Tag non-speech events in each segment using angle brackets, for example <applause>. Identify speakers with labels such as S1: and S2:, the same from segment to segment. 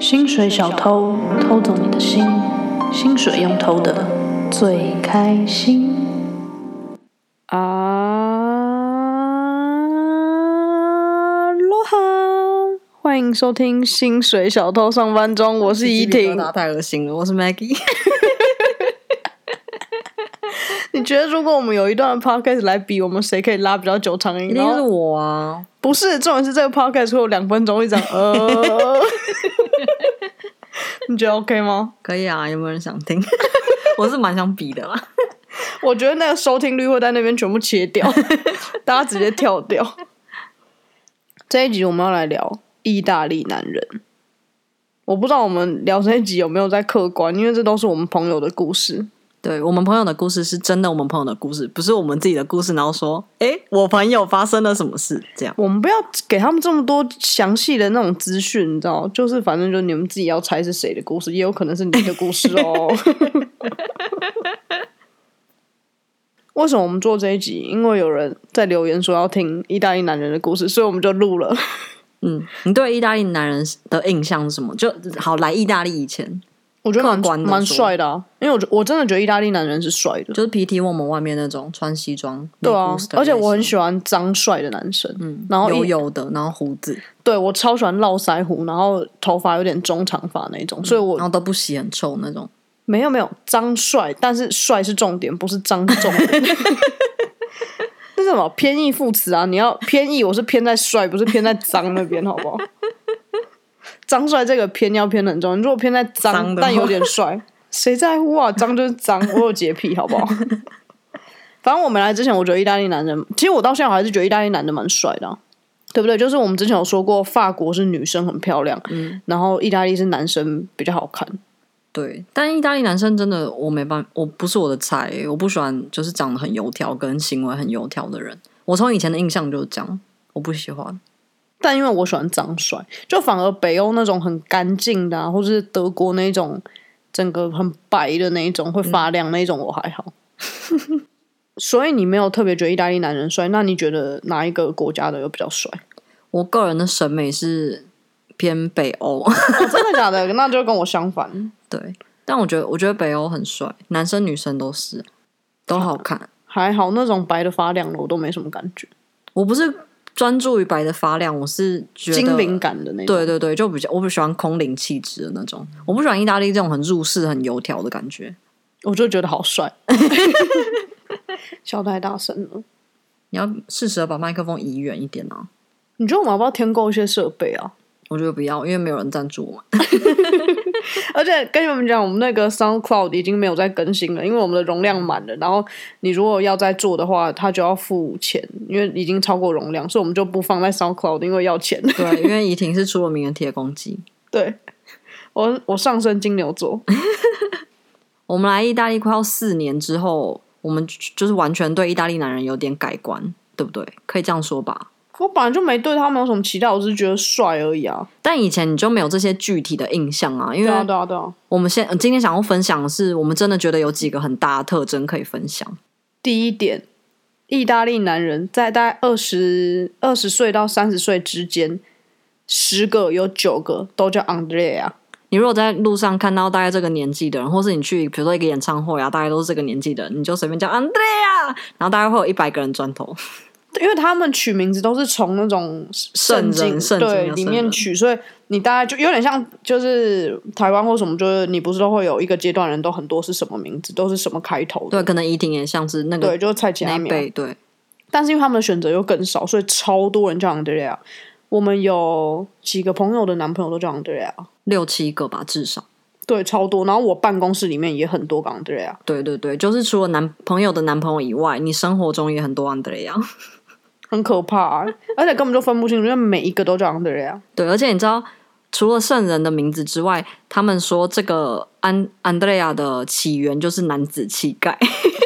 S1: 薪水小偷偷走你的心，薪水用偷的最开心。
S2: 啊，罗哈！欢迎收听《薪水小偷上班中》，我是怡婷。
S3: 太恶心了，我是 Maggie。
S2: 你觉得如果我们有一段 podcast 来比，我们谁可以拉比较久长音？
S3: 一定
S2: 然
S3: 是
S2: 后
S3: 我啊！
S2: 不是，重点是这个 podcast 会有两分钟一张。呃，你觉得 OK 吗？
S3: 可以啊，有没有人想 <laughs> 听？我是蛮想比的啦。
S2: 我觉得那个收听率会在那边全部切掉， <laughs> 大家直接跳掉。这一集我们要来聊意大利男人。我不知道我们聊这一集有没有在客观，因为这都是我们朋友的故事。
S3: 对我们朋友的故事是真的，我们朋友的故事不是我们自己的故事。然后说，哎，我朋友发生了什么事？这样
S2: 我们不要给他们这么多详细的那种资讯，你知道？就是反正就你们自己要猜是谁的故事，也有可能是你的故事哦。 <laughs> 为什么我们做这一集？因为有人在留言说要听意大利男人的故事，所以我们就录了。
S3: 嗯，你对意大利男人的印象是什么？就好来意大利以前，
S2: 我觉得
S3: 客
S2: 蛮
S3: 观地
S2: 蛮
S3: 说
S2: 帅的啊，因为我觉我真的觉得意大利男人是帅的，
S3: 就是 PT 我们外面那种穿西装，
S2: 对啊，而且我很喜
S3: 欢，
S2: 欢脏帅的男生，
S3: 嗯，
S2: 然后
S3: 油
S2: 一
S3: 油的，然后胡子，
S2: 对我超喜欢络腮胡，然后头发有点中长发那一种，所以我
S3: 然后都不洗，很臭那种。
S2: 没有没有脏帅，但是帅是重点，不是脏是重点。 <laughs> 这是什么偏义副词啊？你要偏义，我是偏在帅，不是偏在脏那边，好不好？脏帅这个偏要偏得很重要，你如果偏在脏
S3: 脏，的话
S2: 但有点帅，谁在乎啊？脏就是脏，我有洁癖，好不好？反正我们来之前，我觉得意大利男人，其实我到现在还是觉得意大利男的蛮帅的啊、对不对？就是我们之前有说过，法国是女生很漂亮，
S3: 嗯
S2: 然后意大利是男生比较好看。
S3: 对，但意大利男生真的我没办法，我不是我的菜，我不喜欢就是长得很油条跟行为很油条的人。我从以前的印象就是这样，我不喜欢。
S2: 但因为我喜欢脏帅，就反而北欧那种很干净的、啊，或者是德国那种整个很白的那一种会
S3: 嗯
S2: 发亮那一种，我还好。 <laughs> 所以你没有特别觉得意大利男人帅，那你觉得哪一个国家的又比较帅？
S3: 我个人的审美是偏北欧，
S2: 哦、真的假的？ <laughs> 那就跟我相反。
S3: 对，但我觉得我觉得北欧很帅，男生女生都是都好看。
S2: 还好那种白的发亮的我都没什么感觉，
S3: 我不是专注于白的发亮，我是觉得
S2: 精灵感的那种。
S3: 对对对，就比较我不喜欢空灵气质的那种，我不喜欢意大利这种很入世、很油条的感觉。
S2: 我就觉得好
S3: <laughs>
S2: 帅。笑太大声了，
S3: 你要适时的把麦克风移远一点啊！
S2: 你觉得我们要不要添购一些设备啊？
S3: 我觉得不要，因为没有人赞助我们。
S2: 而且跟你们讲，我们那个 SoundCloud 已经没有在更新了，因为我们的容量满了。然后你如果要再做的话，它就要付钱，因为已经超过容量，所以我们就不放在 SoundCloud，因为要
S3: <laughs>
S2: 钱。
S3: <laughs> 对，因为怡婷是出了名的铁公鸡。
S2: 对，我我上升金牛座，
S3: 我们来意大利快要四年之后，我们就就是完全对意大利男人有点改观，对不对？可以这样说吧。
S2: 我本来就没对他们有什么期待，我只是觉得帅而已啊。
S3: 但以前你就没有这些具体的印象啊，因
S2: 对啊，
S3: 为
S2: 对啊，对啊。
S3: 我们现、呃今天想要分享的是，我们真的觉得有几个很大的特征可以分享。
S2: 第一点，意大利男人在大概二十二十岁到三十岁之间，十个有九个都叫 Andrea。
S3: 你如果在路上看到大概这个年纪的人，或是你去比如说一个演唱会啊，大概都是这个年纪的人，你就随便叫 Andrea，然后大概会有一百个人转头。 <laughs>
S2: 因为他们取名字都是从那种圣
S3: 圣
S2: 经
S3: 人圣经
S2: 对
S3: 啊
S2: 里
S3: 圣
S2: 面
S3: 人
S2: 取，所以你大概就有点像就是台湾或什么，就是你不是都会有一个阶段人都很多是什么名字，都是什么开头
S3: 对，
S2: 的，
S3: 可能怡婷也像是那
S2: 对，
S3: 个
S2: 就是蔡琴
S3: 那
S2: 阿
S3: 一
S2: 苗。
S3: 辈，对，
S2: 啊但是因为他们的选择又更少，所以超多人叫 Andrea。我们有几个朋友的男朋友都叫 Andrea，
S3: 六七个吧，至少。
S2: 对，超多。然后我办公室里面也很多个 Andrea，
S3: 对对对，就是除了男朋友的男朋友以外，你生活中也很多 Andrea。 <laughs>
S2: 很可怕啊、而且根本就分不清楚，因为每一个都叫 Andrea。
S3: 对，而且你知道，除了圣人的名字之外，他们说这个安安德烈亚的起源就是男子气概， <laughs>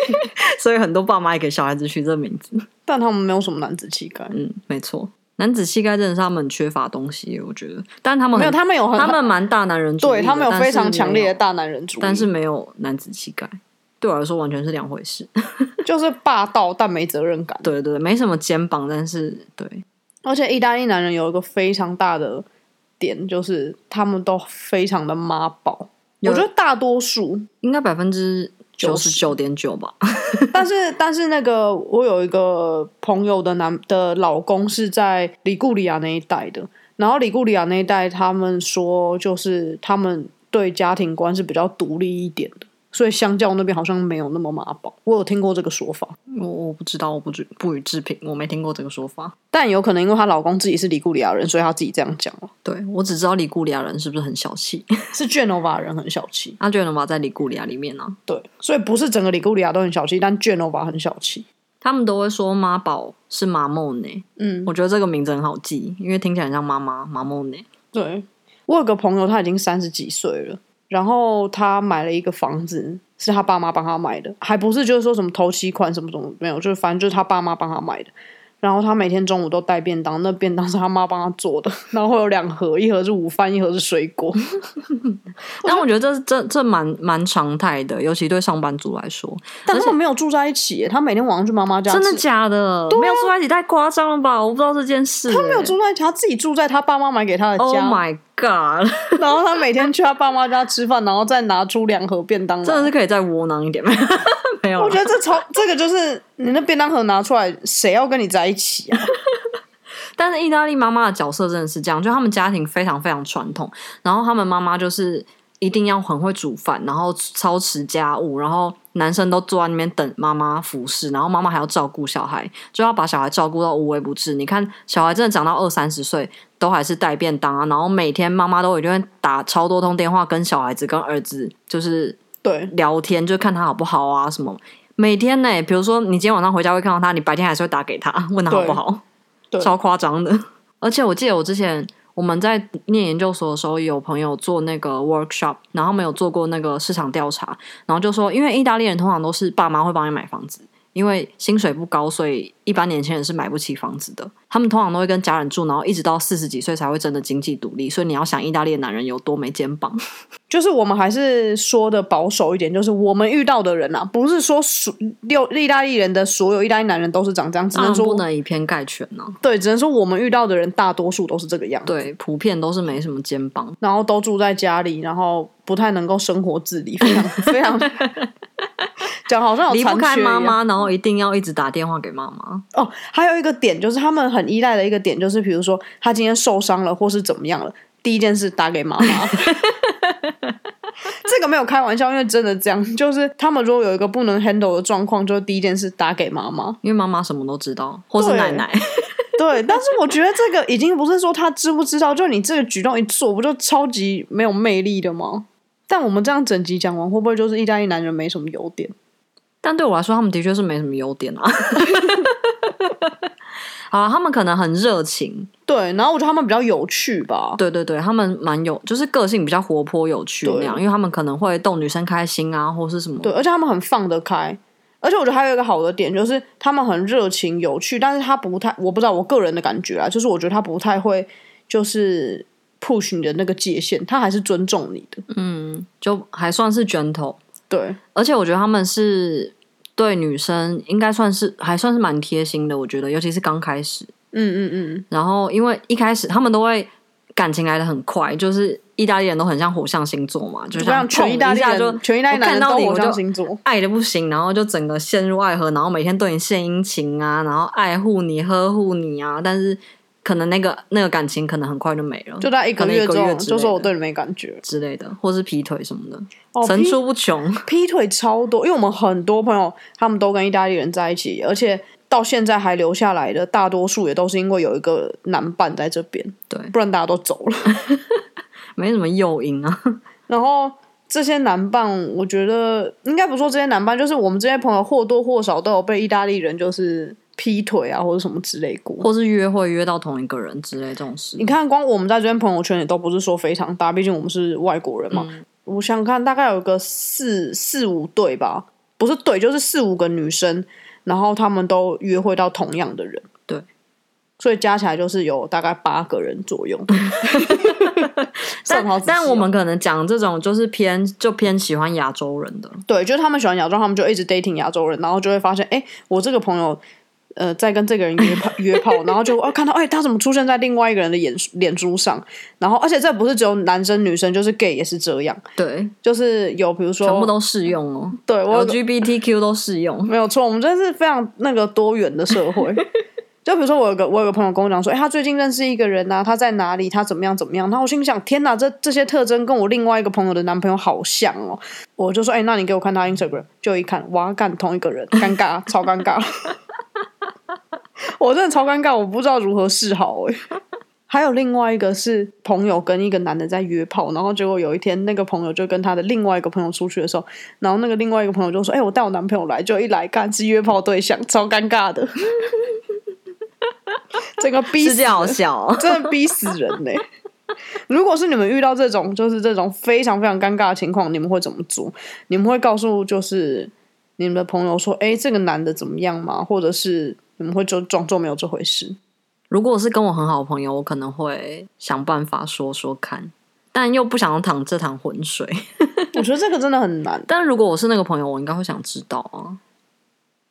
S3: 所以很多爸妈也给小孩子取这名字。
S2: 但他们没有什么男子气概，
S3: 嗯，没错，男子气概真的是他们很缺乏东西，我觉得。但他们
S2: 没有，
S3: 很
S2: 他们有很
S3: 他们蛮大男人主义的，
S2: 对他们有
S3: 但是
S2: 非常强烈
S3: 没
S2: 的
S3: 有，
S2: 大男人主义，
S3: 但是没有男子气概，对我来说完全是两回事。 <laughs>
S2: 就是霸道但没责任感。
S3: 对对对，没什么肩膀，但是对
S2: 而且意大利男人有一个非常大的点就是他们都非常的妈宝，
S3: 有
S2: 我觉得大多
S3: <laughs>
S2: 数，
S3: 应该百分之九十九点九吧。
S2: 但是但是那个我有一个朋友的男的老公是在里固里亚那一带的，然后里固里亚那一带他们说就是他们对家庭观是比较独立一点的，所以相较那边好像没有那么妈宝，我有听过这个说法。
S3: 我我不知道，我不知不予置评，我没听过这个说法。
S2: 但有可能因为她老公自己是里固里亚人，所以她自己这样讲哦了。
S3: 对我只知道里古里亚人是不是很小气？ <laughs>
S2: 是 Genova 人很小气，
S3: 阿卷的娃在里古里亚里面啊呢、
S2: 对，所以不是整个里固里亚都很小气，但 Genova 很小气。
S3: 他们都会说妈宝是妈梦呢。
S2: 嗯，
S3: 我觉得这个名字很好记，因为听起来很像妈妈妈梦呢。
S2: 对。我有个朋友，他已经三十几岁了，然后他买了一个房子，是他爸妈帮他买的，还不是就是说什么头期款什么什么没有，就是反正就是他爸妈帮他买的。然后他每天中午都带便当，那便当是他妈帮他做的，然后会有两盒，一盒是午饭，一盒是水果。
S3: 但我觉得这这这蛮蛮常态的，尤其对上班族来说，
S2: <laughs> 但他们没有住在一起耶，他每天晚上去妈妈家吃，
S3: 真的假的？没有住在一起太夸张了吧？我不知道这件事、欸
S2: 他没有住在一起，他自己住在他爸妈买给他的
S3: Oh
S2: 家。
S3: my god！
S2: <laughs> 然后他每天去他爸妈家吃饭，然后再拿出两盒便当
S3: 真的
S2: 来。
S3: 是可以再窝囊一点吗？ <laughs> 没有啦，
S2: 我觉得这超这个就是你那便当盒拿出来，谁要跟你在一起啊？
S3: 但是意大利妈妈的角色真的是这样，就他们家庭非常非常传统，然后他们妈妈就是一定要很会煮饭，然后操持家务，然后男生都坐在那边等妈妈服侍，然后妈妈还要照顾小孩，就要把小孩照顾到无微不至。你看，小孩真的长到二三十岁，都还是带便当啊，然后每天妈妈都一定会打超多通电话跟小孩子、跟儿子，就是
S2: 对，
S3: 聊天，就看他好不好啊什么。每天呢、比如说你今天晚上回家会看到他，你白天还是会打给他， <laughs> 问他好不好
S2: 对，对
S3: 超夸张的。而且我记得我之前我们在念研究所的时候，有朋友做那个 workshop，然后没有做过那个市场调查，然后就说，因为意大利人通常都是爸妈会帮你买房子，因为薪水不高，所以一般年轻人是买不起房子的。他们通常都会跟家人住，然后一直到四十几岁才会真的经济独立。所以你要想，意大利的男人有多没肩
S2: <laughs>
S3: 膀。
S2: 就是我们还是说的保守一点，就是我们遇到的人啊，不是说所六意大利人的所有意大利男人都是长这样，只
S3: 当
S2: 能
S3: 然
S2: 说、
S3: 嗯不能以偏概全啊呢、
S2: 对，只能说我们遇到的人大多数都是这个样子，
S3: 对，普遍都是没什么肩膀。
S2: 然后都住在家里，然后不太能够生活自理，非常非
S3: <laughs>
S2: 常。讲好像有
S3: 离不
S2: 残
S3: 开
S2: 缺一
S3: 妈
S2: 样
S3: 妈，然后一定要一直打电话给妈妈。
S2: 哦，还有一个点就是他们很依赖的一个点就是，比如说他今天受伤了或是怎么样了，第一件事打给妈妈。 <laughs> 这个没有开玩笑，因为真的这样，就是他们如果有一个不能 handle 的状况，就是第一件事打给妈妈。
S3: 因为妈妈什么都知道，或是
S2: 对
S3: 奶 <laughs> 奶，
S2: 对，但是我觉得这个已经不是说他知不知道，就你这个举动一做，不就超级没有魅力的吗？但我们这样整集讲完，会不会就是意大利男人没什么优点？
S3: 但对我来说，他们的确是没什么优点啊。 <laughs> 好啦，他们可能很热情，
S2: 对，然后我觉得他们比较有趣吧。
S3: 对对对，他们蛮有，就是个性比较活泼有趣那样，
S2: 对
S3: 因为他们可能会逗女生开心啊，或是什么。
S2: 对，而且他们很放得开。而且我觉得还有一个好的点就是他们很热情有趣，但是他不太，我不知道我个人的感觉啊，就是我觉得他不太会就是 push 你的那个界限，他还是尊重你的。
S3: 嗯，就还算是卷头，
S2: 对
S3: 而且我觉得他们是对女生应该算是还算是蛮贴心的，我觉得，尤其是刚开始。
S2: 嗯嗯嗯，
S3: 然后因为一开始他们都会感情来的很快，就是意大利人都很像火象星座嘛，就
S2: 就
S3: 像
S2: 像全意大利
S3: 砰一下就
S2: 人，全意大利男人
S3: 我看到
S2: 都
S3: 你
S2: 火
S3: 我
S2: 象
S3: 就。
S2: 星座。
S3: 爱的不行，然后就整个陷入爱河，然后每天对你献殷勤啊，然后爱护你、呵护你啊，但是可能那个那个感情可能很快就没了，
S2: 就在一个
S3: 可能
S2: 月
S3: 之
S2: 中，
S3: 类
S2: 就说我
S3: 的
S2: 对你没感觉，
S3: 之类的，或是劈腿什么的，
S2: 哦
S3: 层
S2: 劈
S3: 出不穷。
S2: 劈腿超多，因为我们很多朋友他们都跟意大利人在一起，而且到现在还留下来的大多数也都是因为有一个男伴在这边，
S3: 对
S2: 不然大家都走了。
S3: 没什么诱因啊。 <laughs>
S2: 然后这些男伴，我觉得应该不说这些男伴，就是我们这些朋友或多或少都有被意大利人就是劈腿啊或者什么之类过。
S3: 或是约会约到同一个人之类这种事
S2: 你。看，光我们在这边朋友圈也都不是说非常大，毕竟我们是外国人嘛。
S3: 嗯
S2: 我想想看，大概有个四四五对吧，不是对，就是四五个女生，然后他们都约会到同样的人。
S3: 对。
S2: 所以加起来就是有大概八个人左右，算好仔细哦
S3: <laughs> 但但我们可能讲这种就是偏就偏喜欢亚洲人的，
S2: 对，就是他们喜欢亚洲，他们就一直 dating 亚洲人，然后就会发现，哎，我这个朋友呃在跟这个人约炮 <laughs> 约炮，然后就哦看到哎他怎么出现在另外一个人的眼脸书上，然后而且这不是只有男生女生，就是 gay 也是这样，
S3: 对，
S2: 就是有比如说
S3: 全部都适用哦
S2: 对我有个 <laughs>
S3: ，LGBTQ 都适用。
S2: 没有错，我们真的是非常那个多元的社会。就比如说，我有个我有个朋友跟我讲说，哎、他最近认识一个人啊，他在哪里，他怎么样怎么样。然后我心里想，天哪，这这些特征跟我另外一个朋友的男朋友好像哦。我就说，哎、那你给我看他 Instagram，就一看，哇，干同一个人，尴尬，超尴尬。我真的超尴尬，我不知道如何是好哎、 <laughs> 还有另外一个是朋友跟一个男的在约炮，然后结果有一天那个朋友就跟他的另外一个朋友出去的时候，然后那个另外一个朋友就说：“哎、我带我男朋友来，就一来干是约炮对象，超尴尬的， <laughs> 整个逼
S3: 世
S2: 死
S3: 界
S2: 人
S3: 好小、哦，
S2: 真的逼死人呢、 <laughs> 如果是你们遇到这种就是这种非常非常尴尬的情况，你们会怎么做？你们会告诉就是你们的朋友说：“哎、这个男的怎么样吗？”或者是你们会就装作没有这回事？ <laughs>
S3: 如果是跟我很好的朋友，我可能会想办法说说看，但又不想要淌这趟浑水。 <laughs>
S2: 我觉得这个真的很难。
S3: 但如果我是那个朋友，我应该会想知道啊。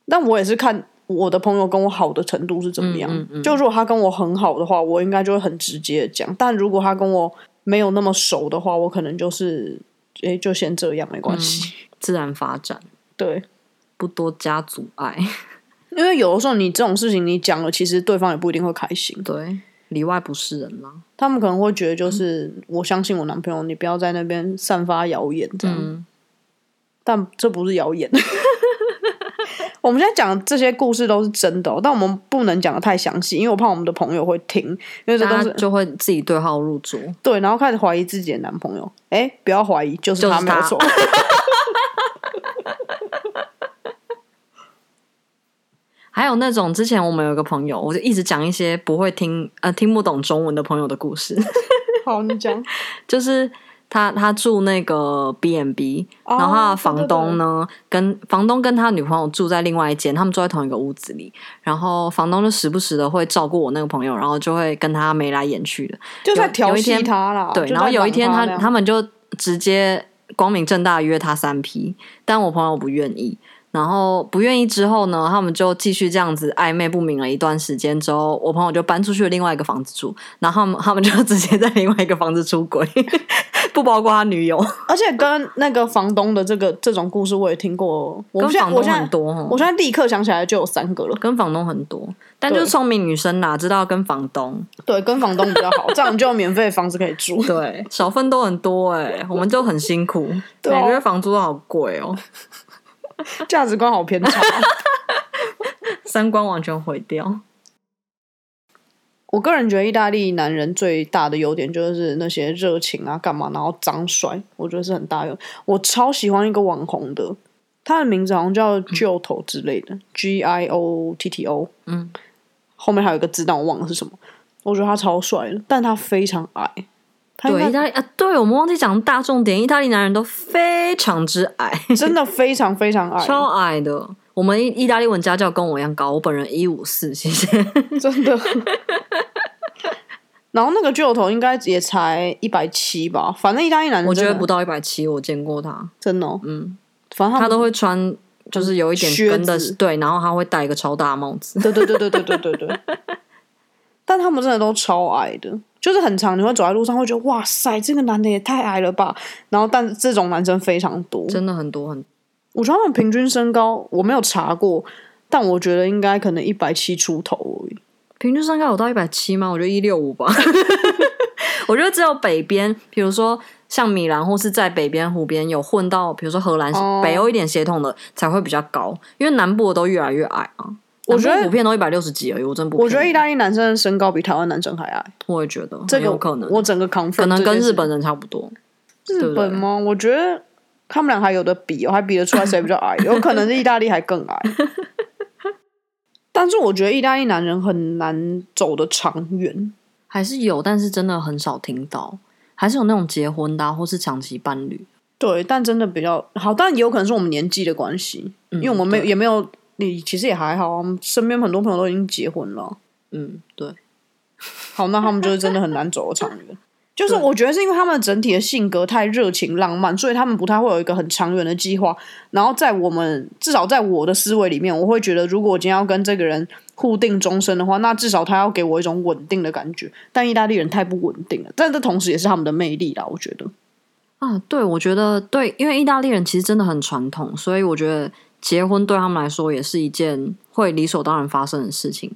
S2: 但我也是看我的朋友跟我好的程度是怎么样。
S3: 嗯嗯嗯
S2: 就如果他跟我很好的话，我应该就会很直接的讲；但如果他跟我没有那么熟的话，我可能就是，诶、就先这样，没关系。
S3: 自然发展，
S2: 对，
S3: 不多加阻碍。 <laughs>
S2: 因为有的时候你这种事情你讲了，其实对方也不一定会开心。
S3: 对，里外不是人啦。
S2: 他们可能会觉得，就是、我相信我男朋友，你不要在那边散发谣言这样。
S3: 嗯，
S2: 但这不是谣言。 <laughs> 我们现在讲的这些故事都是真的哦、但我们不能讲的太详细，因为我怕我们的朋友会听，因为这都
S3: 大
S2: 是
S3: 家就会自己对号入座。
S2: 对，然后开始怀疑自己的男朋友。哎，不要怀疑，就是
S3: 就是
S2: 他没有
S3: 他
S2: 错。 <laughs>
S3: 还有那种之前我们有一个朋友，我就一直讲一些不会听呃听不懂中文的朋友的故事， <laughs>
S2: 好，你讲。
S3: 就是他他住那个 B N B，
S2: 哦
S3: <laughs> 然后他的房东呢跟房东跟他女朋友住在另外一间，他们住在同一个屋子里，然后房东就时不时的会照顾我那个朋友，然后就会跟他眉来眼去的，
S2: 就在调
S3: 有一
S2: 戏
S3: 天
S2: 他啦。
S3: 对，
S2: 哦就
S3: 然后
S2: 在
S3: 有一
S2: 绑
S3: 天他
S2: 那样
S3: 他们就直接光明正大约他三 P，但我朋友不愿意。然后不愿意之后呢，他们就继续这样子暧昧不明了一段时间之后，我朋友就搬出去另外一个房子住，然后他们他们就直接在另外一个房子出轨， <laughs> 不包括他女友，
S2: 而且跟那个房东的这个这种故事我也听过。我
S3: 跟
S2: 现在
S3: 房
S2: 我
S3: 东
S2: 现
S3: 很
S2: 在
S3: 多哦
S2: 我现在立刻想起来就有三个了。
S3: 跟房东很多，但就是
S2: 对
S3: 聪明女生哪知道跟房东，
S2: 对，跟房东比较好，这样你就有免费的房子可以住。 <laughs>
S3: <laughs> 对，少奋斗很多哎、我们就很辛苦，
S2: 对啊
S3: 每个月房租都好贵哦，
S2: 价值观好偏
S3: <laughs>
S2: 差。
S3: 三观完全毁掉。
S2: 我个人觉得意大利男人最大的优点就是那些热情啊，干嘛，然后张帅，我觉得是很大优。我超喜欢一个网红的，他的名字好像叫 Giotto 之类的、g I O T T O，
S3: 嗯，
S2: 后面还有一个字，但我忘了是什么。我觉得他超帅的，但他非常矮。他应
S3: 对，
S2: 该
S3: 意大利啊，对我们忘记讲大重点，意大利男人都非常之矮，
S2: 真的非常非常矮，
S3: 超矮的。我们意意大利文家教跟我一样高，我本人一五四，谢谢。
S2: <laughs> 真的。然后那个 Giotto 应该也才一百七吧，反正意大利男人
S3: 我觉得
S2: 真的
S3: 不到一百七，我见过他，
S2: 真的、哦，
S3: 嗯，
S2: 反正
S3: 他
S2: 他
S3: 都会穿就是有一点
S2: 靴
S3: 跟的
S2: 子，
S3: 对，然后他会戴一个超大帽子。
S2: 对对对对对对对对。但他们真的都超矮的，就是很长，你会走在路上会觉得哇塞，这个男的也太矮了吧。然后，但这种男生非常多，
S3: 真的很多很
S2: 我觉得他们平均身高我没有查过，但我觉得应该可能一百七出头而已。
S3: 平均身高有到一百七吗？我觉得一六五吧。 <laughs> 我觉得只有北边，比如说像米兰或是在北边湖边有混到，比如说荷兰、
S2: 哦
S3: 北欧一点血统的才会比较高，因为南部的都越来越矮啊。
S2: 我觉得
S3: 南部普遍都一百六十几而已，我真不骗你。
S2: 我觉得意大利男生的身高比台湾男生还矮，
S3: 我也觉得
S2: 这
S3: 很
S2: 个
S3: 有可能，
S2: 我整个 confirm
S3: 可能
S2: 这
S3: 跟
S2: 件事
S3: 日本人差不多。对
S2: 日
S3: 不
S2: 本
S3: 对
S2: 吗？我觉得他们俩还有的比、哦，还比得出来谁比较
S3: <laughs>
S2: 矮，有可能是意大利还更矮。但是我觉得意大利男人很难走得长远，
S3: 还是有，但是真的很少听到，还是有那种结婚的啊、或是长期伴侣。
S2: 对，但真的比较好，但也有可能是我们年纪的关系，
S3: 嗯
S2: 因为我们没有
S3: 对
S2: 也没有，你其实也还好啊，我们身边很多朋友都已经结婚了，
S3: 嗯，对，
S2: 好，那他们就是真的很难走得长远。 <laughs> 就是
S3: 对
S2: 我觉得是因为他们整体的性格太热情浪漫，所以他们不太会有一个很长远的计划。然后在我们至少在我的思维里面，我会觉得，如果我今天要跟这个人互定终身的话，那至少他要给我一种稳定的感觉。但意大利人太不稳定了，但这同时也是他们的魅力啦，我觉得。
S3: 啊，对，我觉得对，因为意大利人其实真的很传统，所以我觉得结婚对他们来说也是一件会理所当然发生的事情，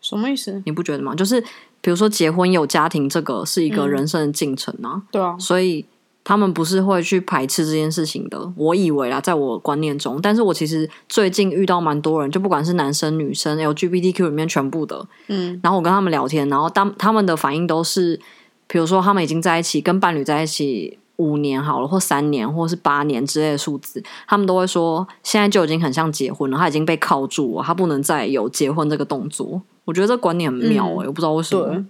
S2: 什么意思？
S3: 你不觉得吗？就是比如说结婚有家庭，这个是一个
S2: 嗯
S3: 人生的进程啊，
S2: 对啊，
S3: 所以他们不是会去排斥这件事情的。我以为啦，在我观念中，但是我其实最近遇到蛮多人，就不管是男生女生 LGBTQ 里面全部的，
S2: 嗯，
S3: 然后我跟他们聊天，然后当他们的反应都是，比如说他们已经在一起，跟伴侣在一起五年好了，或三年，或是八年之类的数字，他们都会说现在就已经很像结婚了，他已经被铐住了，他不能再有结婚这个动作。我觉得这观念很妙
S2: 嗯
S3: 哎、我不知道为什
S2: 对
S3: 么。，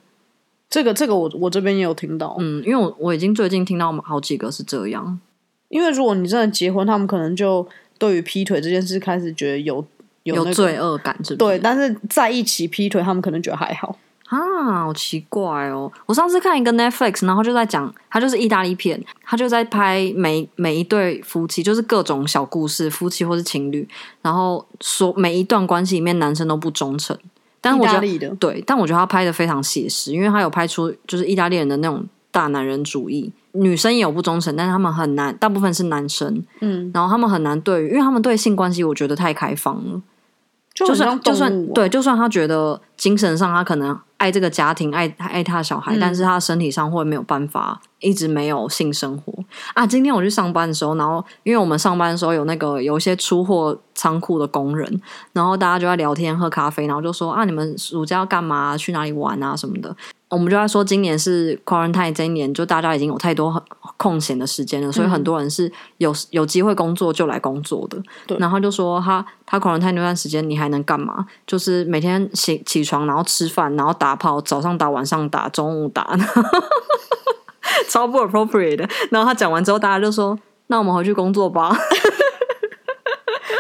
S2: 这个这个我我这边也有听到，
S3: 嗯，因为我我已经最近听到好几个是这样，
S2: 因为如果你真的结婚，他们可能就对于劈腿这件事开始觉得有有、那
S3: 有
S2: 个、
S3: 罪恶感是不是，
S2: 对，但是在一起劈腿，他们可能觉得还好。
S3: 啊，好奇怪哦！我上次看一个 Netflix，然后就在讲，他就是意大利片，他就在拍每每一对夫妻，就是各种小故事，夫妻或是情侣，然后说每一段关系里面男生都不忠诚，但是
S2: 意
S3: 我
S2: 大
S3: 觉得
S2: 利的，
S3: 对，但我觉得他拍的非常写实，因为他有拍出就是意大利人的那种大男人主义，女生也有不忠诚，但是他们很难，大部分是男生，
S2: 嗯，
S3: 然后他们很难对于，因为他们对性关系我觉得太开放了。
S2: 就
S3: 就
S2: 很
S3: 算
S2: 像
S3: 就
S2: 动
S3: 算
S2: 物、啊。
S3: 对，就算他觉得精神上他可能爱这个家庭，爱爱他的小孩，
S2: 嗯
S3: 但是他身体上会没有办法，一直没有性生活啊。今天我去上班的时候，然后因为我们上班的时候有那个有一些出货仓库的工人，然后大家就在聊天喝咖啡，然后就说啊，你们暑假要干嘛？去哪里玩啊什么的。我们就在说，今年是 quarantine 这一年，就大家已经有太多很空闲的时间了，所以很
S2: 嗯
S3: 多人是有有机会工作就来工作的。
S2: 对
S3: 然后就说他他 quarantine 那段时间，你还能干嘛？就是每天起起床，然后吃饭，然后打炮，早上打，晚上打，中午打， <laughs> 超不 appropriate 的。然后他讲完之后，大家就说：“那我们回去工作吧。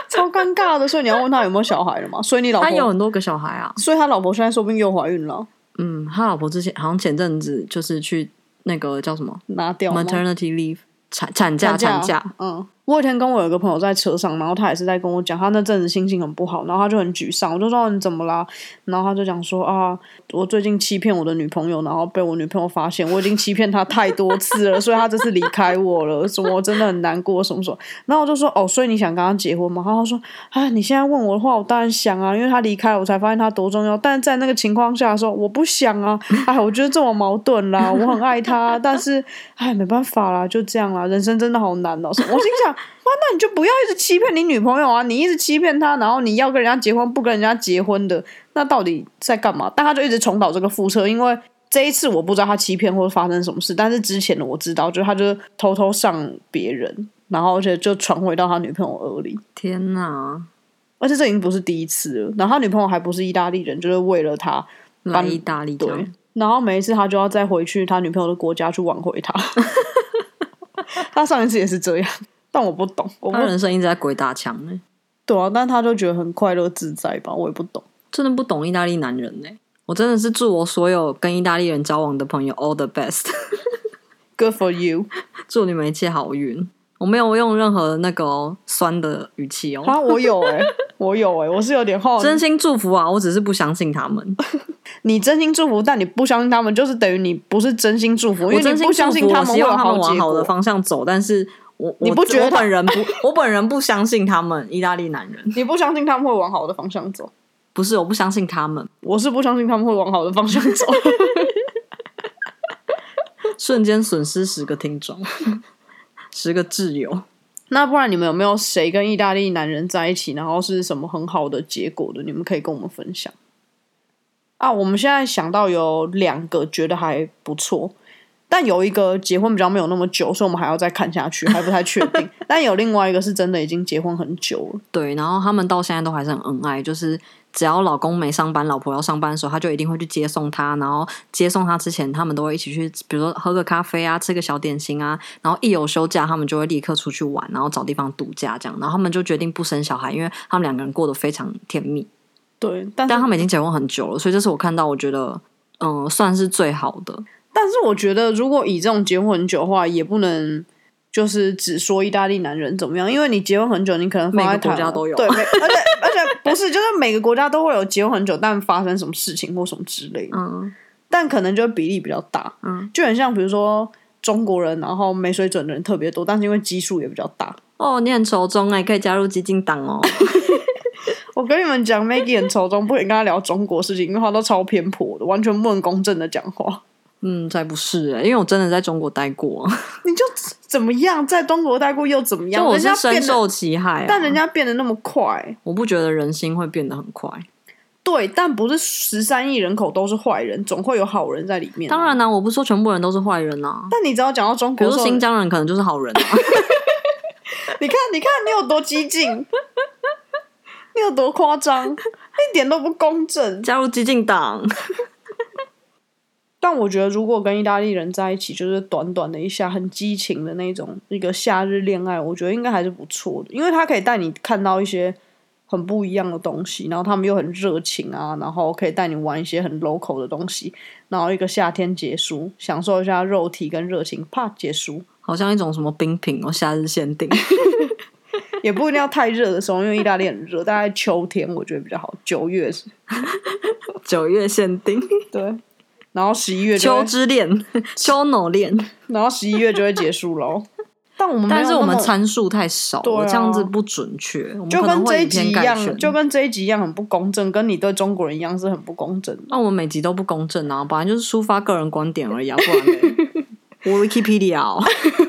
S2: 超尴尬的。所以你要问他有没有小孩了嘛？所以你”老
S3: 他有
S2: 婆，
S3: 很多个小孩啊，
S2: 所以他老婆现在说不定又怀孕了，
S3: 嗯，他老婆之前好像前阵子就是去那个叫什么
S2: 拿掉吗？
S3: maternity leave 产产假
S2: 产
S3: 产假，
S2: 假，嗯，我有一天跟我有一个朋友在车上，然后他也是在跟我讲，他那阵子心情很不好，然后他就很沮丧，我就说你怎么啦？然后他就讲说啊，我最近欺骗我的女朋友，然后被我女朋友发现，我已经欺骗她太多次了，所 <laughs> 以她这次离开我了，什么我真的很难过，什么什么。然后我就说哦，所以你想跟他结婚吗？然后他说啊，你现在问我的话，我当然想啊，因为他离开了，我才发现他多重要。但在那个情况下的时候，我不想啊，哎，我觉得这么矛盾啦，我很爱他，但是哎，没办法啦，就这样啦，人生真的好难哦、什么我心想， <laughs> 哇，那你就不要一直欺骗你女朋友啊，你一直欺骗她，然后你要跟人家结婚，不跟人家结婚的，那到底在干嘛？但他就一直重蹈这个覆辙，因为。这一次我不知道他欺骗或者发生什么事，但是之前的我知道，就是他就是偷偷上别人，然后而且就传回到他女朋友耳里，
S3: 天哪！
S2: 而且这已经不是第一次了。然后他女朋友还不是意大利人，就是为了他
S3: 来
S2: 搬
S3: 意大利这
S2: 对
S3: 样，，
S2: 然后每一次他就要再回去他女朋友的国家去挽回他。
S3: <laughs>
S2: 他上一次也是这样，但我不懂，我不
S3: 他人生一直在鬼打墙呢、
S2: 对啊，但他就觉得很快乐自在吧，我也不懂。
S3: 真的不懂意大利男人呢、欸我真的是祝我所有跟意大利人交往的朋友 all the best， <laughs>
S2: Good for you！
S3: 祝你们一切好运。我没有用任何那个哦、酸的语气哦，
S2: 啊，我有
S3: <laughs>
S2: 哎、我有哎、我是有点好奇
S3: 真心祝福啊！我只是不相信他们，
S2: 你真心祝福，但你不相信他们，就是等于你不是真心祝福，因
S3: 我
S2: 为
S3: 真
S2: 你
S3: 心
S2: 不相
S3: 祝
S2: 信
S3: 福，我
S2: 们会
S3: 希
S2: 有
S3: 望他们往
S2: 结
S3: 好的
S2: 果。
S3: 方向走，但是我
S2: 你
S3: 我
S2: 不觉得
S3: 我本人不，我本人不相信他们意大利男人，
S2: 你不相信他们会往好的方向走，
S3: 不是我不相信他们，
S2: 我是不相信他们会往好的方向走。
S3: 瞬间损失十个听众，十个挚友。
S2: 那不然你们有没有谁跟意大利男人在一起，然后是什么很好的结果的？你们可以跟我们分享。啊，我们现在想到有两个觉得还不错，但有一个结婚比较没有那么久，所以我们还要再看下去，还不太确 <laughs> 定。但有另外一个是真的已经结婚很久了，
S3: 对，然后他们到现在都还是很恩爱，就是只要老公没上班，老婆要上班的时候，他就一定会去接送她，然后接送她之前，他们都会一起去，比如说喝个咖啡啊，吃个小点心啊，然后一有休假，他们就会立刻出去玩，然后找地方度假这样，然后他们就决定不生小孩，因为他们两个人过得非常甜蜜，
S2: 对，但是
S3: 但他们已经结婚很久了，所以这是我看到我觉得嗯算是最好的。
S2: 但是我觉得，如果以这种结婚很久的话，也不能就是只说意大利男人怎么样，因为你结婚很久，你可能放在
S3: 每个国
S2: 台湾
S3: 家都有
S2: 对，每 <laughs> 而且而且不是，就是每个国家都会有结婚很久，但发生什么事情或什么之类的，
S3: 嗯
S2: 但可能就比例比较大，
S3: 嗯，
S2: 就很像比如说中国人，然后没水准的人特别多，但是因为基数也比较大。
S3: 哦，你很仇中哎、可以加入激进党哦。 <laughs>
S2: 我跟你们讲，Maggie 很仇中，不能跟他聊中国事情，因为他都超偏颇的，完全不能公正的讲话。
S3: 嗯，才不是哎、因为我真的在中国待过，
S2: 你就怎么样，在中国待过又怎么
S3: 就
S2: 样？
S3: 我
S2: 人
S3: 是
S2: 家
S3: 深
S2: 变得，
S3: 受其害、啊。
S2: 但人家变得那么快，
S3: 我不觉得人心会变得很快。
S2: 对，但不是十三亿人口都是坏人，总会有好人在里面。啊
S3: 当，然啦、啊我不是说全部人都是坏人啊，
S2: 但你只要讲到中
S3: 比
S2: 国
S3: 如
S2: 的时
S3: 说
S2: 候，
S3: 新疆人可能就是好人、啊。 <laughs>
S2: 你看，你看，你有多激进，
S3: <laughs>
S2: 你有多夸张，一点都不公正。
S3: 加入激进党，
S2: 但我觉得，如果跟意大利人在一起，就是短短的一下，很激情的那种一个夏日恋爱，我觉得应该还是不错的，因为他可以带你看到一些很不一样的东西，然后他们又很热情啊，然后可以带你玩一些很 local 的东西，然后一个夏天结束，享受一下肉体跟热情，啪结束，
S3: 好像一种什么冰品哦，夏日限定。 <laughs>
S2: 也不一定要太热的时候，因为意大利很热，大概秋天我觉得比较好，九月是
S3: 九月限定，
S2: 对，然后十一月就
S3: 秋
S2: 会，
S3: 之恋， <laughs> 秋乃恋，
S2: 然后十一月就会结束喽。但我们没有
S3: 但是我
S2: 那
S3: 们
S2: 么
S3: 参数太少
S2: 对
S3: 了，
S2: 啊
S3: 这样子不准确，我们
S2: 就
S3: 可能
S2: 跟这一
S3: 会以
S2: 集
S3: 偏
S2: 一
S3: 概全
S2: 样，。就跟这一集一样很不公正，跟你对中国人一样是很不公正的。
S3: 那我们每集都不公正啊，本来就是抒发个人观点而已啊，不然嘞
S2: <laughs>
S3: 我 Wikipedia 哦，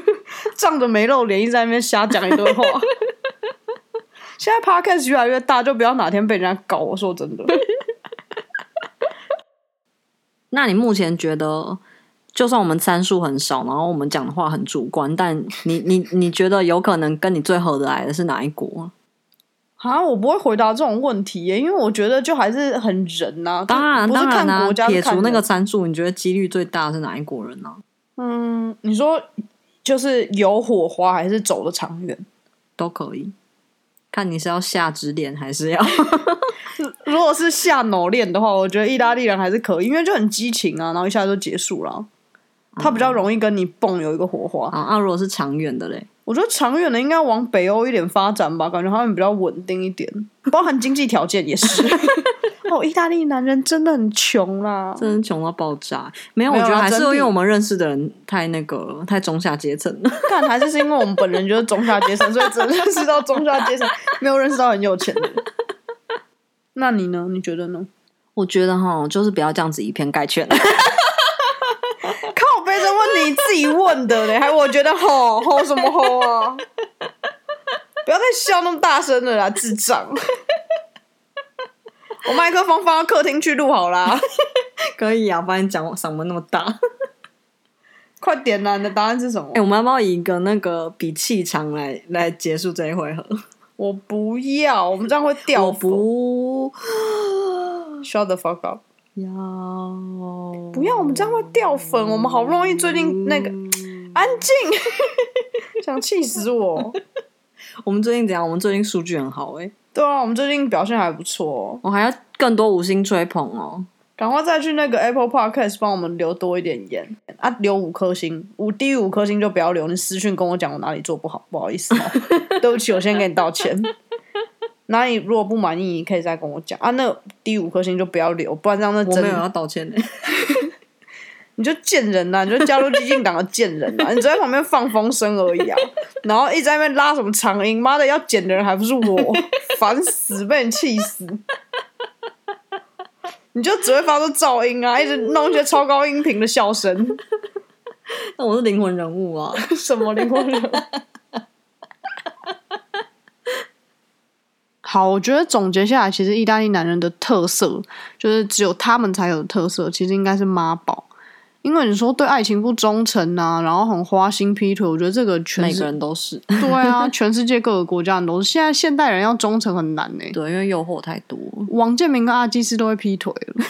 S2: <laughs> 仗着没露脸，一直在那边瞎讲一堆话。 <laughs> 现在 podcast 越来越大，就不要哪天被人家搞。我说真的， <laughs>
S3: 那你目前觉得，就算我们参数很少，然后我们讲的话很主观，但你你你觉得有可能跟你最合得来的是哪一国？
S2: 啊，我不会回答这种问题耶，因为我觉得就还是很人呐、就
S3: 当然，
S2: 不是
S3: 当然
S2: 看
S3: 啦、
S2: 国家，
S3: 撇
S2: 是看
S3: 除那个
S2: 人
S3: 参数，你觉得几率最大是哪一国人呢、
S2: 嗯，你说就是有火花还是走的长远？
S3: 都可以，看你是要下指点
S2: <laughs>
S3: 还是要
S2: 如果是下脑练的话，我觉得意大利人还是可以，因为就很激情啊，然后一下就结束了啊。他比较容易跟你蹦有一个火花，
S3: 啊？啊，如果是长远的嘞，
S2: 我觉得长远的应该往北欧一点发展吧，感觉他们比较稳定一点，包含经济条件也是。哦，意大利男人真的很穷啦，
S3: 真的穷到爆炸。没有，
S2: 没有啊
S3: 我觉
S2: 啦
S3: 得还是
S2: 整
S3: 因
S2: 体
S3: 为我们认识的人太那个了，太中下阶层了。 <laughs>
S2: 但还是是因为我们本人就是中下阶层，所以只认识到中下阶层，没有认识到很有钱的人。那你呢？你觉得呢？
S3: 我觉得哈，就是不要这样子以偏概全。 <laughs>
S2: 靠背这问题你自己问的嘞，还我觉得吼吼什么吼啊！不要再笑那么大声了啦，智障！ <laughs> 我麦克风放到客厅去录好啦，
S3: 可以啊，不然你讲我嗓门那么大。
S2: 快点啦！你的答案是什么
S3: 哎、？我们要不要以一个那个比气场来来结束这一回合？
S2: 我不要，我们这样会掉
S3: 我
S2: 粉。
S3: 不
S2: Shut the fuck up！
S3: 要，
S2: 不要，我们这样会掉粉。我们好不容易最近那个
S3: 嗯
S2: 安静， <laughs> 想气死我。
S3: 我们最近怎样？我们最近数据很好哎、
S2: 对啊，我们最近表现还不错哦。
S3: 我还要更多五星吹捧哦。
S2: 赶快再去那个 Apple Podcast 帮我们留多一点言啊，留五颗星，五低于五颗星就不要留。你私讯跟我讲我哪里做不好，不好意
S3: <laughs>
S2: 思、啊，对不起，我先给你道歉。哪里如果不满意，你可以再跟我讲啊。那低于五颗星就不要留，不然这样那
S3: 我
S2: 真
S3: 没
S2: 的
S3: 有要道歉的、 <laughs>
S2: 你就贱人呐、你就加入激进党的贱人呐、你只在旁边放风声而已啊，然后一直在那边拉什么长音，妈的要剪的人还不是我，烦死，被你气死。你就只会发出噪音啊，一直弄一些超高音频的笑声，
S3: 那我是灵魂人物啊。
S2: <laughs> 什么灵魂人物。 <laughs> 好，我觉得总结下来，其实意大利男人的特色就是只有他们才有的特色，其实应该是妈宝。因为你说对爱情不忠诚啊，然后很花心劈腿，我觉得这个全
S3: 每
S2: 世
S3: 个人都是
S2: 对 <laughs> 啊，全世界各个国家人都是。现在现代人要忠诚很难呢、欸
S3: 对，因为诱惑太多。
S2: 王建民跟阿基斯都会劈腿了，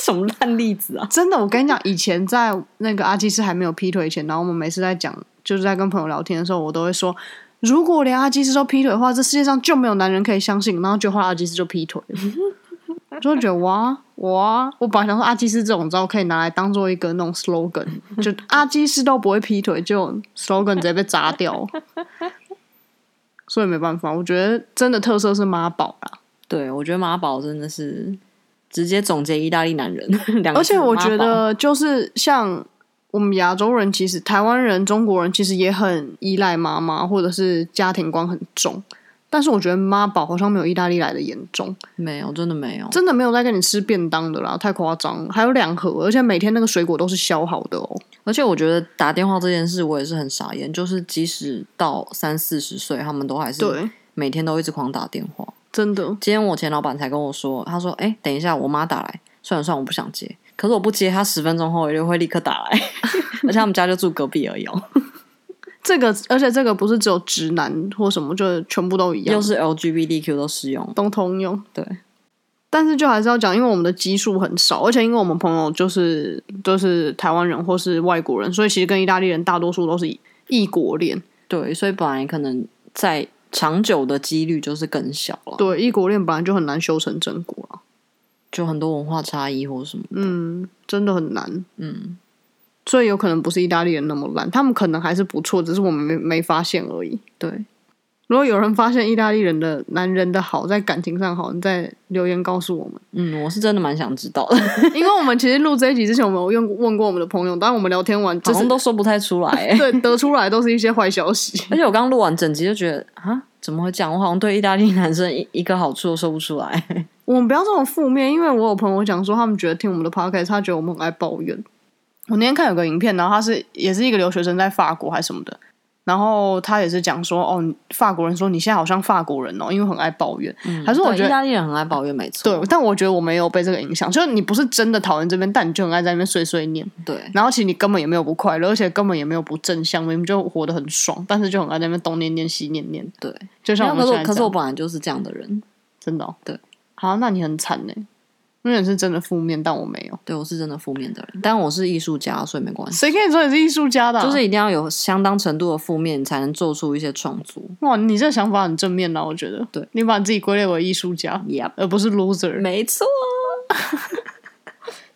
S3: <laughs> 什么烂例
S2: <laughs>
S3: 子啊？
S2: 真的。我跟你讲，以前在那个阿基斯还没有劈腿前，然后我们每次在讲，就是在跟朋友聊天的时候，我都会说，如果连阿基斯都劈腿的话，这世界上就没有男人可以相信。然后就后来阿基斯就劈腿了，我就会觉得哇，我啊，我本来想说阿基师这种招可以拿来当做一个那种 slogan，就 <laughs> 阿基师都不会劈腿，就 slogan 直接被砸掉。所以没办法，我觉得真的特色是妈宝啦。
S3: 对，我觉得马宝真的是直接总结意大利男人， <laughs> 两个
S2: 而且
S3: 字
S2: 我
S3: 妈
S2: 觉
S3: 宝
S2: 得，就是像我们亚洲人，其实台湾人、中国人其实也很依赖妈妈，或者是家庭观很重。但是我觉得妈宝好像没有意大利来的严重，
S3: 没有，真的没有。
S2: 真的没有在跟你吃便当的啦，太夸张了。还有两盒，而且每天那个水果都是削好的哦。
S3: 而且我觉得打电话这件事，我也是很傻眼，就是即使到三四十岁，他们都还是
S2: 对，
S3: 每天都一直狂打电话。
S2: 真的，
S3: 今天我前老板才跟我说，他说：“哎、等一下，我妈打来，算了算了，我不想接。”可是我不接，他十分钟后就会立刻打来， <laughs> 而且他们家就住隔壁而已、哦，
S2: 这个而且这个不是只有直男或什么，就全部 <laughs> 都一样，
S3: 又是 LGBTQ 都适用。
S2: 都通用。
S3: 对，
S2: 但是就还是要讲，因为我们的基数很少，而且因为我们朋友就是就是台湾人或是外国人，所以其实跟意大利人大多数都是异异国恋。
S3: 对，所以本来可能在长久的几率就是更小了，
S2: 对，异国恋本来就很难修成正果啊，
S3: 就很多文化差异或什么。
S2: 嗯，真的很难。
S3: 嗯，
S2: 所以有可能不是意大利人那么烂，他们可能还是不错，只是我们没没发现而已。
S3: 对，
S2: 如果有人发现意大利人的男人的好在感情上好，你再留言告诉我们。
S3: 嗯，我是真的蛮想知道的，
S2: 因为我们其实录这一集之前，我们有问问过我们的朋友，但我们聊天完就
S3: 好
S2: 是
S3: 像都说不太出来、欸。
S2: 对得出来都是一些坏消息。
S3: 而且我刚录完整集就觉得啊，怎么会这样？我好像对意大利男生一一个好处都说不出来。
S2: 我们不要这种负面，因为我有朋友讲说，他们觉得听我们的 podcast，他觉得我们很爱抱怨。我那天看有个影片，然后他是也是一个留学生在法国还是什么的，然后他也是讲说，哦，你法国人说你现在好像法国人哦，因为很爱抱怨，还是我
S3: 对
S2: 觉
S3: 意
S2: 得。
S3: 大利人很爱抱怨，没
S2: 对
S3: 错，，
S2: 但我觉得我没有被这个影响，就是你不是真的讨厌这边，但你就很爱在那边碎碎念，
S3: 对
S2: 然后其实你根本也没有不快乐，而且根本也没有不正向，明明就活得很爽，但是就很爱在那边东念念西念念，
S3: 对。
S2: 就像
S3: 没
S2: 我
S3: 有
S2: 们现在
S3: 可是我可
S2: 这
S3: 是我
S2: 样
S3: 本来就是这样的人，
S2: 真的、哦、
S3: 对，
S2: 好，那你很惨呢，因为你是真的负面，但我没有。
S3: 对我是真的负面的人，但我是艺术家，所以没关系。
S2: 谁跟你说你是艺术家的啊、
S3: 嗯就是一定要有相当程度的负面，你才能做出一些创作。
S2: 哇，你这想法很正面啦、啊我觉得。
S3: 对，
S2: 你把你自己归类为艺术家
S3: Yep
S2: 而不是 loser <laughs>
S3: 没错，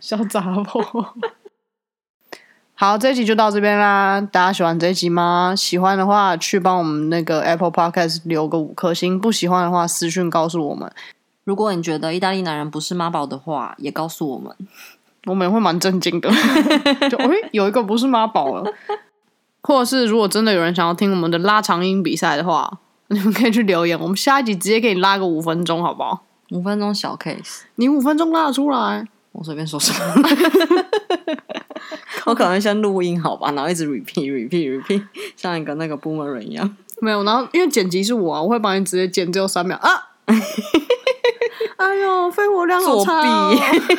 S2: 小杂货。 <laughs> 好，这一集就到这边啦。大家喜欢这一集吗？喜欢的话，去帮我们那个 Apple Podcast 留个五颗星；不喜欢的话，私讯告诉我们，
S3: 如果你觉得意大利男人不是妈宝的话，也告诉我们。
S2: 我们也会蛮震惊的。就哎、诶有一个不是妈宝了，或者是如果真的有人想要听我们的拉长音比赛的话，你们可以去留言，我们下一集直接给你拉个五分钟，好不好？
S3: 五分钟小 case，
S2: 你五分钟拉得出来，
S3: 我随便说什么。 <laughs> 我可能会先录音好吧，然后一直 repeat repeat repeat，像一个那个 boomer 一样。
S2: 没有？然后因为剪辑是我啊，我会帮你直接剪，只有三秒啊！哎呦，肺活量好差、哦
S3: 作。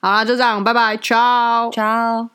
S2: 好啦，就这样，拜拜，ciao。
S3: Ciao。